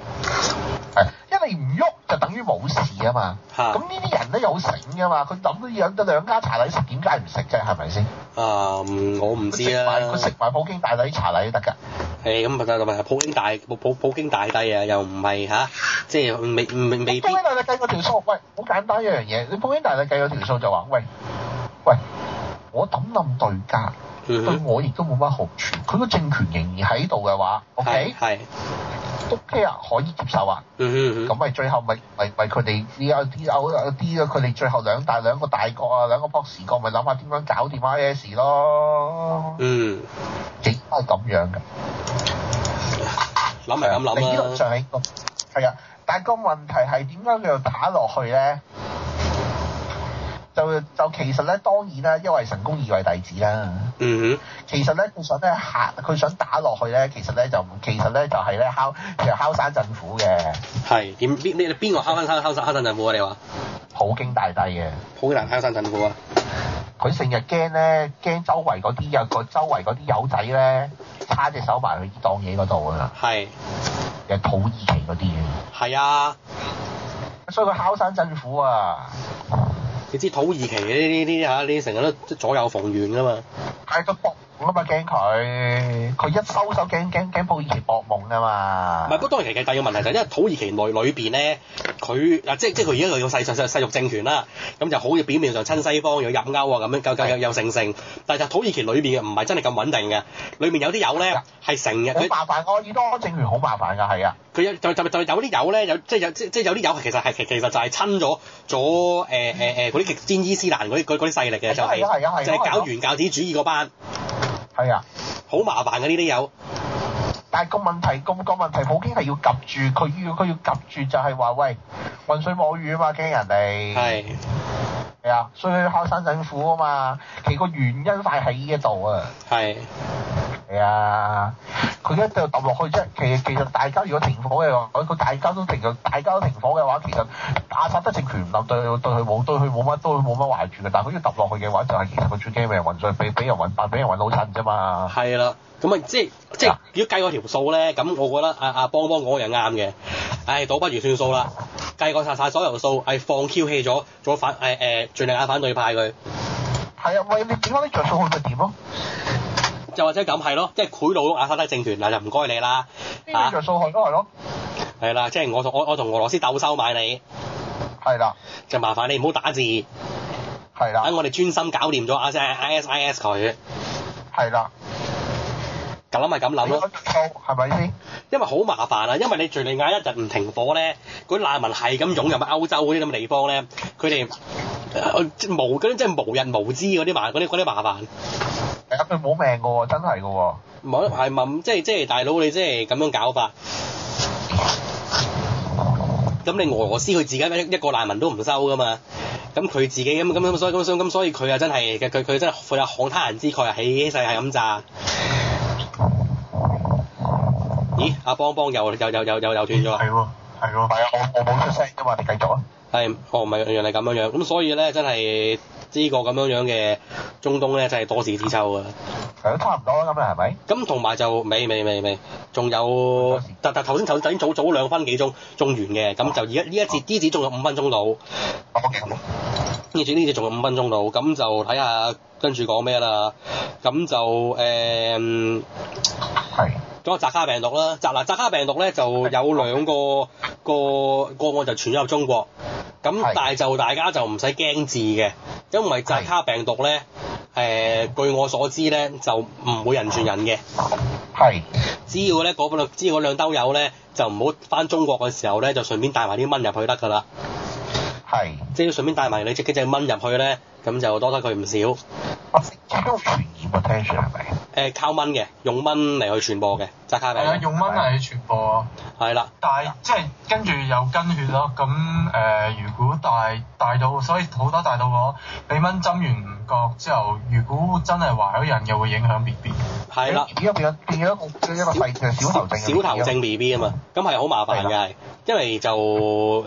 [SPEAKER 3] 係，因為你唔喐就等於冇事啊嘛。
[SPEAKER 2] 嚇
[SPEAKER 3] 咁呢啲人咧有醒㗎嘛，佢諗都養咗兩家茶禮食，點解唔食啫？係咪先？
[SPEAKER 2] 啊嗯我唔
[SPEAKER 3] 佢
[SPEAKER 2] 知
[SPEAKER 3] 食
[SPEAKER 2] 啊
[SPEAKER 3] 埋。佢食埋普京大禮茶禮都得㗎。
[SPEAKER 2] 誒咁但係問題普京大普普普京大帝啊，又唔係吓，即係未未未必
[SPEAKER 3] 普京大帝計嗰條數，喂，好簡單一樣嘢。你普京大帝計嗰條數就話，喂，喂，我抌冧對家，
[SPEAKER 2] 嗯
[SPEAKER 3] 對
[SPEAKER 2] 哼
[SPEAKER 3] 我亦都冇乜好處。佢個政權仍然喺度嘅話
[SPEAKER 2] 係
[SPEAKER 3] ，OK，OK
[SPEAKER 2] 係
[SPEAKER 3] 啊，可以接受啊。
[SPEAKER 2] 嗯哼嗯
[SPEAKER 3] 咁
[SPEAKER 2] 哼
[SPEAKER 3] 咪最後咪咪咪佢哋呢有啲有啲佢哋最後兩大兩個大國啊，兩個博士國咪諗下點樣搞掂 IS 咯，
[SPEAKER 2] 嗯
[SPEAKER 3] 幾係咁樣嘅。
[SPEAKER 2] 諗係啊咁
[SPEAKER 3] 理論
[SPEAKER 2] 諗啦，
[SPEAKER 3] 上係咁，係啊，但係個問題係點解佢要打落去咧？就就其實咧，當然啦，因為神功二位弟子啦。
[SPEAKER 2] 嗯
[SPEAKER 3] 其實咧，佢想咧嚇，佢想打落去咧，其實咧就其實咧就係咧敲就敲山震虎嘅
[SPEAKER 2] 哼係點邊你邊個敲山敲山敲山震虎啊？你話
[SPEAKER 3] 普京大帝嘅。
[SPEAKER 2] 好難敲山震虎啊？
[SPEAKER 3] 佢成日驚咧，驚周圍嗰啲有個周圍嗰啲友仔咧，叉隻手埋去呢檔嘢嗰度啊，
[SPEAKER 2] 係
[SPEAKER 3] 又土耳其嗰啲嘢，
[SPEAKER 2] 係啊！
[SPEAKER 3] 所以佢敲山震虎啊！
[SPEAKER 2] 你知土耳其呢啲呢啲嚇，你成日都左右逢源噶嘛？
[SPEAKER 3] 係佢搏夢啊嘛，驚佢，佢一收手驚驚驚普爾奇搏夢啊嘛。
[SPEAKER 2] 唔係，不過當然其實第二個問題就係因為土耳其內裏邊咧，佢嗱即即佢而家有個世世世世俗政權啦，咁就好似表面上親西方又入歐啊咁樣，夠夠有有成成，但係就土耳其裏邊嘅唔係真係咁穩定嘅，裏面有啲友咧係成日
[SPEAKER 3] 好
[SPEAKER 2] 佢
[SPEAKER 3] 麻煩，愛爾多政權好麻煩㗎，係啊，
[SPEAKER 2] 佢有就就就有啲友咧有即係有即即有啲友其實係其其實就係親咗咗誒誒誒嗰啲極端伊斯蘭嗰啲嗰嗰啲勢力嘅，就係
[SPEAKER 3] 係啊係啊係啊
[SPEAKER 2] 就係
[SPEAKER 3] 係
[SPEAKER 2] 搞
[SPEAKER 3] 啊
[SPEAKER 2] 原教旨主義嗰班，
[SPEAKER 3] 係啊。
[SPEAKER 2] 好麻煩嘅呢啲友，
[SPEAKER 3] 但係個問題，個個問題，普京係要及住，佢要佢要及住就係話喂，混水摸魚啊嘛，驚人哋
[SPEAKER 2] 係
[SPEAKER 3] 係啊，所以佢敲山震虎啊嘛。其實個原因快喺呢一度啊，
[SPEAKER 2] 係
[SPEAKER 3] 係啊，佢一度揼落去啫。其其實大家如果停火嘅話，佢大家都停，大家都停火嘅話，其實阿薩德政權唔冧對對佢冇對佢冇乜對佢冇乜壞處嘅。但係佢要揼落去嘅話，就係、其實佢最驚俾人揾咗，俾俾人揾但俾人揾老襯啫嘛。
[SPEAKER 2] 係啦，咁啊即係即係如果計嗰條數咧，咁我覺得阿阿邦邦嗰個又啱嘅，唉倒不如算數啦，計過晒晒所有數，係放 Q 氣咗，咗反誒誒盡力嗌反對派佢，
[SPEAKER 3] 係啊，喂，你點解你着數佢咪點咯？
[SPEAKER 2] 又或者咁係咯，即係賄賂呃阿薩德政權嗱就唔該你啦，
[SPEAKER 3] 呢
[SPEAKER 2] 啊
[SPEAKER 3] 啲着數佢咯，係咯，
[SPEAKER 2] 係啦，即係我同我我同俄羅斯鬥收買你，
[SPEAKER 3] 係啦，
[SPEAKER 2] 就麻煩你唔好打字，
[SPEAKER 3] 係
[SPEAKER 2] 等
[SPEAKER 3] 啦，
[SPEAKER 2] 我哋專心搞掂咗 I S I S 佢，
[SPEAKER 3] 係啦，
[SPEAKER 2] 咁諗咪咁諗
[SPEAKER 3] 你
[SPEAKER 2] 咯
[SPEAKER 3] 講，着數係咪先？
[SPEAKER 2] 因為好麻煩啊，因為你敍利亞一日唔停火咧，嗰啲難民係咁湧入歐洲嗰啲咁嘅地方咧，佢哋呃即係無嗰啲即係無日無知嗰啲麻嗰啲嗰啲麻煩，
[SPEAKER 3] 係啊，佢冇命嘅喎，真係嘅喎。
[SPEAKER 2] 唔係係咪即係即係大佬你即係咁樣搞法，咁你俄羅斯佢自己一一個難民都唔收噶嘛，咁佢自己咁咁咁所以咁所以咁所以佢啊真係佢佢佢真係佢啊慷他人之慨啊，起勢係咁炸。咦？阿邦邦又又又又又又斷咗啦
[SPEAKER 4] 係！喎係
[SPEAKER 3] 唔
[SPEAKER 4] 喎，
[SPEAKER 3] 係啊，我我冇出聲啫嘛，你繼續啊。
[SPEAKER 2] 係哦，唔係原來係咁樣樣。咁所以咧，真係呢個咁樣樣嘅中東咧，真係多事之秋啊！
[SPEAKER 3] 係咯，差唔多啦，咁啊啦，係咪？
[SPEAKER 2] 咁同埋就未未未未，仲有但但頭先頭先早早兩分幾鐘中完嘅，咁就而家呢一節呢節仲有五分鐘到，呢
[SPEAKER 3] 我嘅，
[SPEAKER 2] 節呢節仲有五分鐘到，咁就睇下跟住講咩啦。咁就誒。嗯
[SPEAKER 3] 係
[SPEAKER 2] 講啊下扎卡病毒啦，扎嗱扎卡病毒咧就有兩個個個案就傳咗入中國，咁
[SPEAKER 3] 係
[SPEAKER 2] 但係就大家就唔使驚字嘅，因為扎卡病毒咧，誒、據我所知咧就唔會人傳人嘅，
[SPEAKER 3] 係
[SPEAKER 2] 只要咧嗰兩只要嗰兩兜友咧就唔好翻中國嘅時候咧就順便帶埋啲蚊入去得㗎啦，
[SPEAKER 3] 係。
[SPEAKER 2] 即係順便帶埋你只隻蚊入去咧，咁就多得佢唔少。
[SPEAKER 3] 我識超傳染 attention 係咪？
[SPEAKER 2] 誒、靠蚊嘅，用蚊嚟去傳播嘅扎卡病
[SPEAKER 4] 係啊，
[SPEAKER 2] 毒，
[SPEAKER 4] 用蚊嚟傳播啊。
[SPEAKER 2] 係啦。
[SPEAKER 4] 但係即係跟住又跟血咯，咁誒、呃如果大大到，所以好多大到我俾蚊針完唔覺之後，如果真係懷咗孕，又會影響 B B。
[SPEAKER 2] 係啦，
[SPEAKER 3] 而家變咗變咗一個變咗一個細嘅小頭症
[SPEAKER 2] 小頭症 B B 啊嘛，咁係好麻煩
[SPEAKER 3] 係
[SPEAKER 2] 嘅，因為就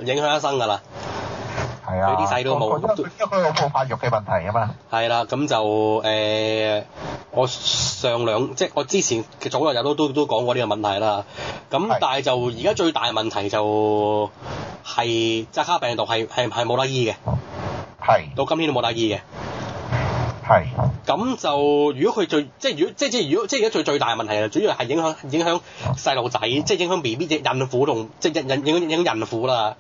[SPEAKER 2] 影響一生㗎啦。
[SPEAKER 3] 係啊，
[SPEAKER 2] 佢啲細都冇
[SPEAKER 3] 因為因為佢有冇發育嘅問題啊嘛，
[SPEAKER 2] 係啦，咁就誒、呃我上兩即係我之前嘅早兩日都都都講過呢個問題啦。咁
[SPEAKER 3] 係
[SPEAKER 2] 但係就而家最大問題就係扎卡病毒係係係冇得醫嘅，
[SPEAKER 3] 係
[SPEAKER 2] 到今天都冇得醫嘅。
[SPEAKER 3] 係
[SPEAKER 2] 咁就如果佢最即係如果即係即係如果即係而家最最大問題啊，主要係影響影響細路仔，即係影響 B B 即係孕婦同即係孕孕影響影響孕婦啦。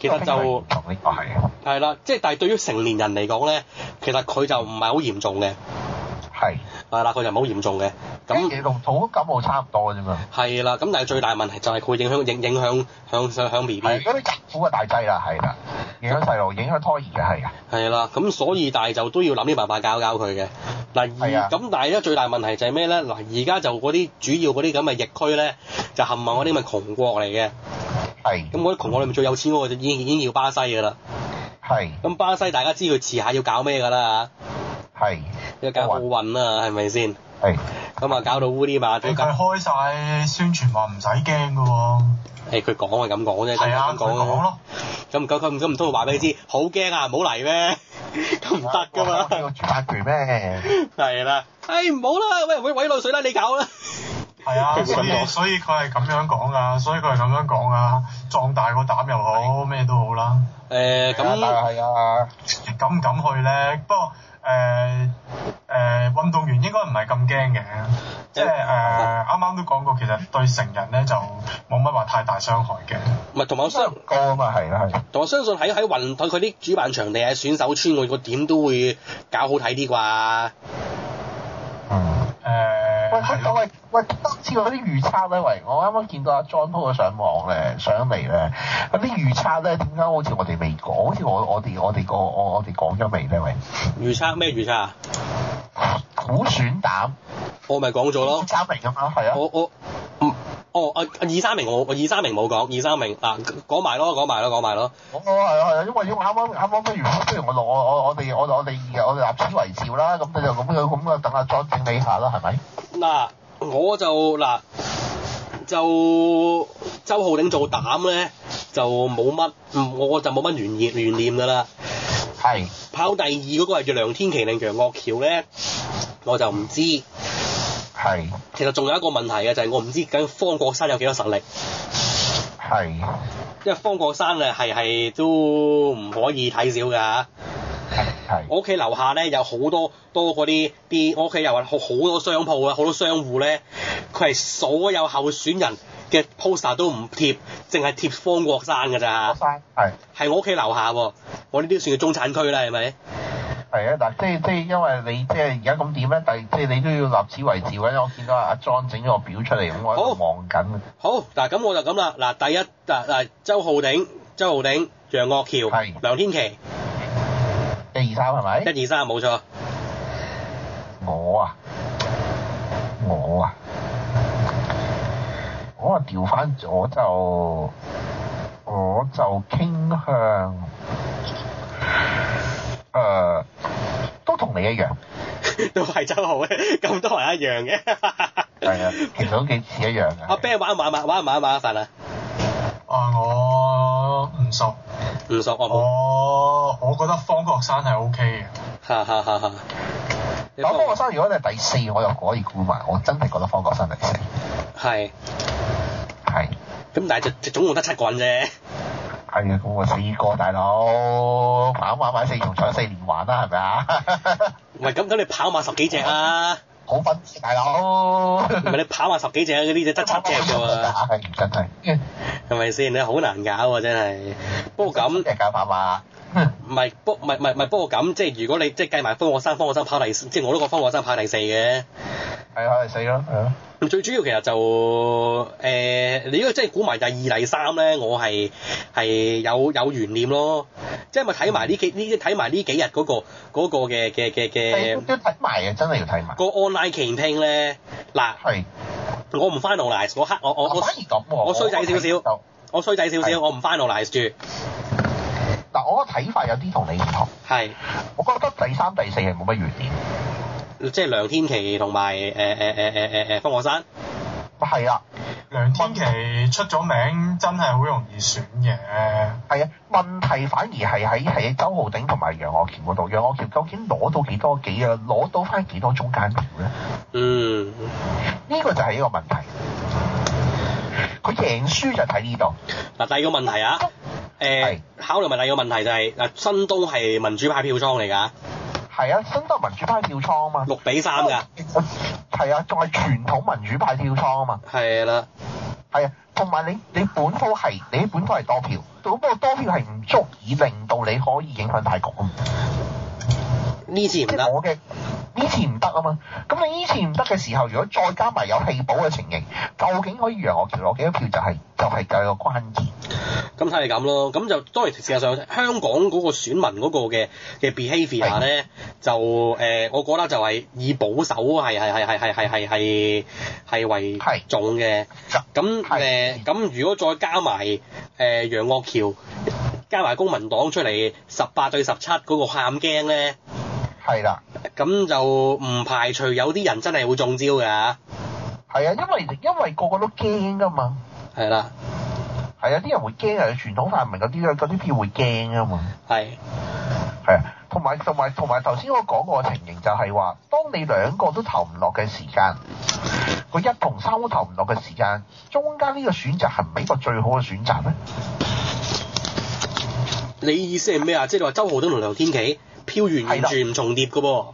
[SPEAKER 2] 其實就
[SPEAKER 3] 同呢個係
[SPEAKER 2] 係啦，即係但係對於成年人嚟講咧，其實佢就唔係好嚴重嘅，
[SPEAKER 3] 係
[SPEAKER 2] 係啦，佢就唔係好嚴重嘅。
[SPEAKER 3] 咁
[SPEAKER 2] 咁
[SPEAKER 3] 嘢同肚感冒差唔多啫嘛，
[SPEAKER 2] 係啦，咁但係最大問題就係佢影響影影響向向向 B B
[SPEAKER 3] 係如果你孕婦嘅大劑啦，係啦，影響細路，影響胎兒嘅係啊，
[SPEAKER 2] 係啦，咁所以但係就都要諗啲辦法搞搞佢嘅。嗱而
[SPEAKER 3] 係啊
[SPEAKER 2] 咁但係咧最大問題就係咩咧？嗱而家就嗰啲主要嗰啲咁嘅疫區咧，就冚唪唥嗰啲咪窮國嚟嘅。
[SPEAKER 3] 係
[SPEAKER 2] 咁嗰啲窮國裏面最有錢嗰個就已經已經要巴西㗎啦。
[SPEAKER 3] 係
[SPEAKER 2] 咁巴西大家知佢遲下要搞咩㗎啦
[SPEAKER 3] 係
[SPEAKER 2] 要搞奧運啦，係咪先？
[SPEAKER 3] 係
[SPEAKER 2] 咁啊搞到烏哩馬都
[SPEAKER 4] 佢
[SPEAKER 2] 搞
[SPEAKER 4] 佢。開晒宣傳話唔使驚㗎喎。
[SPEAKER 2] 誒佢講係咁講啫，
[SPEAKER 4] 係啊，佢
[SPEAKER 2] 咁
[SPEAKER 4] 講
[SPEAKER 2] 講
[SPEAKER 4] 咯。
[SPEAKER 2] 咁唔夠佢唔咁唔通話俾你知，好驚啊，唔好嚟咩？ 咁唔得噶
[SPEAKER 3] 我 哋
[SPEAKER 2] 嘛，
[SPEAKER 3] 個主辦權咩？
[SPEAKER 2] 係啦，誒唔好啦，喂喂委內水啦，你搞啦，
[SPEAKER 4] 係啊，
[SPEAKER 2] 佢
[SPEAKER 4] 所
[SPEAKER 2] 咁講
[SPEAKER 4] 以所以佢係咁樣講㗎，所以佢係咁樣講㗎，壯大個膽又好，咩都好啦。
[SPEAKER 2] 誒咁
[SPEAKER 3] 係啊，
[SPEAKER 4] 敢唔敢去咧？不過誒誒運動員應該唔係咁驚嘅，即係誒啱啱都講過，其實對成人咧就冇乜話太大傷害嘅。
[SPEAKER 2] 唔係同埋我相
[SPEAKER 3] 相高啊嘛，係啦係，
[SPEAKER 2] 同我相信喺喺運佢佢啲主辦場地喺啊選手村我個點都會搞好睇啲啩，
[SPEAKER 3] 嗯。
[SPEAKER 4] 誒
[SPEAKER 3] 喂，
[SPEAKER 4] 呃係
[SPEAKER 3] 喂，
[SPEAKER 4] 咯，
[SPEAKER 3] 喂，喂，今次嗰啲預測咧，喂，我啱啱見到阿 John 鋪咗上網咧，上嚟咧，嗰啲預測咧，點解好似我哋未講？好似我我哋我哋個我我哋講咗未咧？喂，
[SPEAKER 2] 預測咩預測啊？
[SPEAKER 3] 股選膽
[SPEAKER 2] 我咪講咗咯
[SPEAKER 3] 前，三名咁樣，
[SPEAKER 4] 嗯
[SPEAKER 3] 係啊，
[SPEAKER 2] 我我唔哦啊啊二三名我我二三名冇講，二三名啊講埋咯講埋咯講埋咯，
[SPEAKER 3] 我係啊係啊，因為因為啱啱啱啱不如不如我我我我哋我我哋我哋立此為照啦，咁你就咁樣咁啊，等阿 John 整理下啦，係咪？
[SPEAKER 2] 嗱，我就嗱就周浩鼎做膽咧，就冇乜，嗯我就冇乜懸念懸念㗎啦。
[SPEAKER 3] 係
[SPEAKER 2] 跑第二嗰個係叫梁天琪定楊岳橋咧，我就唔知。其
[SPEAKER 3] 係
[SPEAKER 2] 實仲有一個問題嘅就係、我唔知緊方國山有幾多實力，
[SPEAKER 3] 係
[SPEAKER 2] 因為方國山咧係係都唔可以睇少㗎嚇。
[SPEAKER 3] 係
[SPEAKER 2] 我屋企樓下咧有好多多嗰啲啲，我屋企有好好多商鋪啊，好多商戶咧，佢係所有候選人嘅 poster 都唔貼，淨係貼方國山㗎咋
[SPEAKER 3] 我，生係。
[SPEAKER 2] 係我屋企樓下喎，我呢啲算係中產區啦，係咪？
[SPEAKER 3] 係啊，嗱，即係即係因為你即係而家咁點咧？但係即係你都要立此為照嘅，因為我見到阿阿 John 整咗個表出嚟，咁我喺度
[SPEAKER 2] 好
[SPEAKER 3] 望緊。
[SPEAKER 2] 好嗱，咁我就咁啦，嗱，第一嗱嗱，周浩鼎、周浩鼎、楊岳橋
[SPEAKER 3] 係、
[SPEAKER 2] 梁天琪，
[SPEAKER 3] 一二三係咪？
[SPEAKER 2] 一二三冇錯，
[SPEAKER 3] 我啊，我啊，我啊調翻，我就我就傾向誒、呃都同你一樣。
[SPEAKER 2] 都係周浩嘅，咁多人一樣嘅。
[SPEAKER 3] 係啊，其實都幾似一樣嘅。
[SPEAKER 2] 啊阿 Ben 玩唔玩玩唔玩玩一份啊？
[SPEAKER 4] 啊我唔熟，
[SPEAKER 2] 五十我冇，
[SPEAKER 4] 哦，我覺得方國山係 O K 嘅。
[SPEAKER 2] 哈哈哈哈！你
[SPEAKER 3] 但方國
[SPEAKER 2] 幫
[SPEAKER 3] 生如果你係第四，我又可以估埋，我真係覺得方國生第四，
[SPEAKER 2] 我係
[SPEAKER 3] 係
[SPEAKER 2] 咁，但係就就總共得七個人啫。
[SPEAKER 3] 係啊，咁我四個大佬跑馬買四重搶四連環啦，係咪啊？
[SPEAKER 2] 唔係咁咁，你跑馬十幾隻啊？
[SPEAKER 3] 好分啲大佬，
[SPEAKER 2] 唔係你跑馬十幾隻啊嗰啲就得七隻 啫喎，
[SPEAKER 3] 係真係，
[SPEAKER 2] 係咪先？你好難搞啊，真係。不過咁
[SPEAKER 3] 即係搞跑馬，
[SPEAKER 2] 唔係不唔係唔係唔係不過咁，即係如果你即係計埋方國山，方國山跑第四即係我都覺得方國山跑第四嘅。
[SPEAKER 3] 係啊，四咯，係咯。
[SPEAKER 2] 咁最主要其實就誒、你如果真係估埋第二、第三咧，我係係有有懸念咯。即係咪睇埋呢幾呢睇埋呢幾日嗰、個嗰、個嘅嘅嘅嘅
[SPEAKER 3] 你都要睇埋嘅，真係要睇埋。
[SPEAKER 2] 個 online 傾聽咧？嗱，
[SPEAKER 3] 係，
[SPEAKER 2] 我唔 finalize，我黑我我
[SPEAKER 3] 我
[SPEAKER 2] 我
[SPEAKER 3] 反而咁喎。
[SPEAKER 2] 我衰仔少
[SPEAKER 3] 我睇
[SPEAKER 2] 少
[SPEAKER 3] 就，
[SPEAKER 2] 我衰仔少少，
[SPEAKER 3] 係
[SPEAKER 2] 我唔 finalize 住，
[SPEAKER 3] 嗱，我個睇法有啲同你唔同。
[SPEAKER 2] 係
[SPEAKER 3] 我覺得第三、第四係冇乜懸念。
[SPEAKER 2] 即係梁天琪同埋誒誒誒誒誒誒方國山，
[SPEAKER 3] 係啦，
[SPEAKER 4] 梁天琪出咗名，真係好容易選嘅。
[SPEAKER 3] 係啊，問題反而係喺喺周浩鼎同埋楊岳橋嗰度。楊岳橋究竟攞到幾多幾啊？攞到翻幾多中間票咧？
[SPEAKER 2] 嗯，
[SPEAKER 3] 呢個就係一個問題。佢贏輸就睇呢度，
[SPEAKER 2] 嗱第二個問題啊，誒、
[SPEAKER 3] 係
[SPEAKER 2] 考慮埋第二個問題就係、嗱新東係民主派票倉嚟㗎，
[SPEAKER 3] 係啊，新德民主派跳倉啊嘛，
[SPEAKER 2] 六比三㗎，
[SPEAKER 3] 係啊，仲係傳統民主派跳倉啊嘛，
[SPEAKER 2] 係啦，
[SPEAKER 3] 係啊，同埋你你本土係你本土係多票，不過多票係唔足以令到你可以影響大局啊嘛。
[SPEAKER 2] 呢次唔
[SPEAKER 3] 即
[SPEAKER 2] 得
[SPEAKER 3] 係，我嘅呢次唔得啊嘛。咁你呢次唔得嘅時候，如果再加埋有棄保嘅情形，究竟可以楊岳橋攞幾多票就係、就係、就係個關鍵。
[SPEAKER 2] 咁睇你咁咯，咁就當然事實上香港嗰個選民嗰個嘅嘅 behaviour 咧，就誒、我覺得就係以保守係係係係係係係係係為
[SPEAKER 3] 係
[SPEAKER 2] 重嘅。咁誒，
[SPEAKER 3] 係
[SPEAKER 2] 咁、如果再加埋誒、楊岳橋，加埋公民黨出嚟十八對十七嗰個喊驚咧，
[SPEAKER 3] 係啦，
[SPEAKER 2] 咁就唔排除有啲人真係會中招㗎，
[SPEAKER 3] 係啊，因為因為個個都驚噶嘛。
[SPEAKER 2] 係啦，
[SPEAKER 3] 係啊，啲人會驚啊，傳統泛民嗰啲嗰啲票會驚啊嘛。
[SPEAKER 2] 係
[SPEAKER 3] 係啊，同埋同埋同埋頭先我講過嘅情形就係話，當你兩個都投唔落嘅時間，個一同三都投唔落嘅時間，中間呢個選擇係唔係一個最好嘅選擇咧？
[SPEAKER 2] 你意思係咩啊？即係你話周浩鼎同梁天琪票源完全唔重疊㗎喎。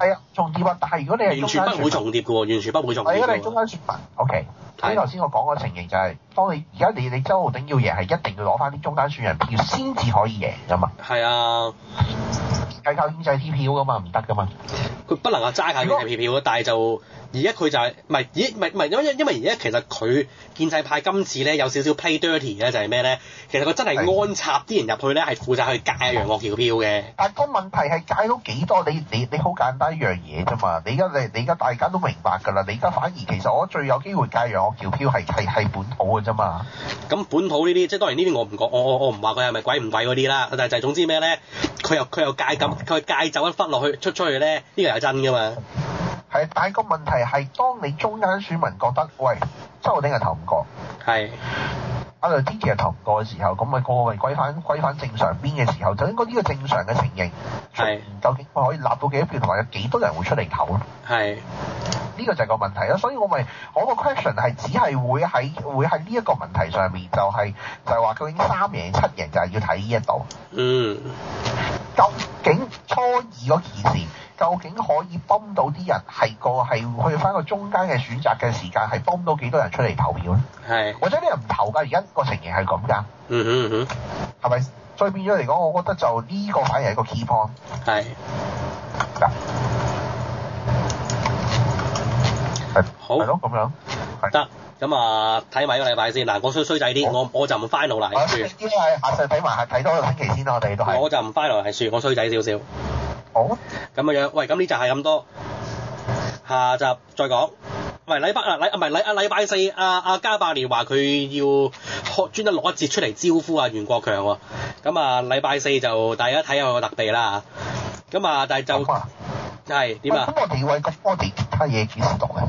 [SPEAKER 3] 係啊，重疊啊！但係如果你係
[SPEAKER 2] 完
[SPEAKER 3] 中
[SPEAKER 2] 全
[SPEAKER 3] 間
[SPEAKER 2] 不
[SPEAKER 3] 選
[SPEAKER 2] 會
[SPEAKER 3] 民
[SPEAKER 2] 重疊嘅喎，完全不會重疊
[SPEAKER 3] 係
[SPEAKER 2] 嘅
[SPEAKER 3] 因為你中
[SPEAKER 2] 喎。
[SPEAKER 3] 間選民，OK。
[SPEAKER 2] 係
[SPEAKER 3] 咁頭先我講嘅情形就係、當你而家你你周浩鼎要贏係一定要攞翻啲中間選人票先至可以贏噶嘛，
[SPEAKER 2] 係啊，
[SPEAKER 3] 係靠經濟支票噶嘛，唔得噶嘛。
[SPEAKER 2] 佢不能夠齋下
[SPEAKER 3] 如果
[SPEAKER 2] 佢皮票，啊但係就而家佢就係唔係？咦，唔係唔係，因為因為而家其實佢建制派今次咧有少少 play dirty 咧，就係咩咧？其實佢真係
[SPEAKER 3] 係
[SPEAKER 2] 安插啲人入去咧，係負責去戒楊岳橋票嘅。
[SPEAKER 3] 但係個問題係解到幾多？你你你好簡單一樣嘢啫嘛。你而家你你而家大家都明白㗎啦。你而家反而其實我最有機會解讓我叫票係係係本土嘅啫嘛。
[SPEAKER 2] 咁本土呢啲，即係當然呢啲我唔講，我我我唔話佢係咪鬼唔鬼嗰啲啦。但係就係總之咩咧？佢又佢又戒咁，佢戒走一忽落去出出去咧，呢個又係真㗎嘛。
[SPEAKER 3] 係，但係個問題係當你中間選民覺得喂周浩鼎係投唔過，
[SPEAKER 2] 係
[SPEAKER 3] 阿梁天琦係投唔過嘅時候，咁咪個個咪歸翻歸翻正常邊嘅時候，就應該呢個正常嘅情形。
[SPEAKER 2] 係
[SPEAKER 3] 究竟佢可以立到幾多票，同埋有幾多人會出嚟投咯？
[SPEAKER 2] 係
[SPEAKER 3] 呢個就係個問題啦。所以我咪我個 question 係只係會喺會喺呢一個問題上面，就係、就係、話究竟三贏七贏就係要睇呢一度，
[SPEAKER 2] 嗯
[SPEAKER 3] 究竟初二嗰件事究竟可以幫到啲人係個係去翻個中間嘅選擇嘅時間，係幫到幾多人出嚟投票咧？
[SPEAKER 2] 係
[SPEAKER 3] 或者啲人唔投㗎，而家個情形係咁㗎，
[SPEAKER 2] 嗯哼嗯
[SPEAKER 3] 係咪？所以變咗嚟講，我覺得就呢個反而係個 key point
[SPEAKER 2] 哼係。
[SPEAKER 3] 嗱。係
[SPEAKER 2] 好
[SPEAKER 3] 係咯，咁樣。
[SPEAKER 2] 得。咁啊，睇埋呢個禮拜先。嗱，我衰衰仔啲，我我就唔 final 嚟
[SPEAKER 3] 我呢
[SPEAKER 2] 住，
[SPEAKER 3] 啲係下世睇埋下睇多個星期先啦，我哋都係。
[SPEAKER 2] 我就唔 final 嚟住，我衰仔少少。咁
[SPEAKER 3] 好，
[SPEAKER 2] 嘅樣，喂，咁呢集係咁多，下集再講。喂，禮拜啊，禮啊唔係禮啊，禮拜四啊啊加百列話佢要學專登攞一節出嚟招呼啊袁國強喎。咁啊，禮拜四就大家睇下佢個特備啦。咁啊，但係
[SPEAKER 3] 咁
[SPEAKER 2] 就
[SPEAKER 3] 啊，
[SPEAKER 2] 係
[SPEAKER 3] 喂
[SPEAKER 2] 點啊
[SPEAKER 3] 咁？我哋為咁我哋其他嘢幾時讀啊咧？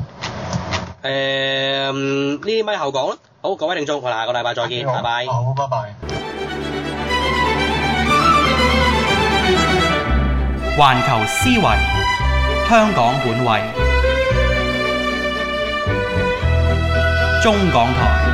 [SPEAKER 2] 誒，呢啲咪後講啦。好，各位聽眾，我哋下個禮拜再見，拜拜。
[SPEAKER 4] 好，拜拜。
[SPEAKER 3] 拜
[SPEAKER 1] 環球思維，香港本位，中港台。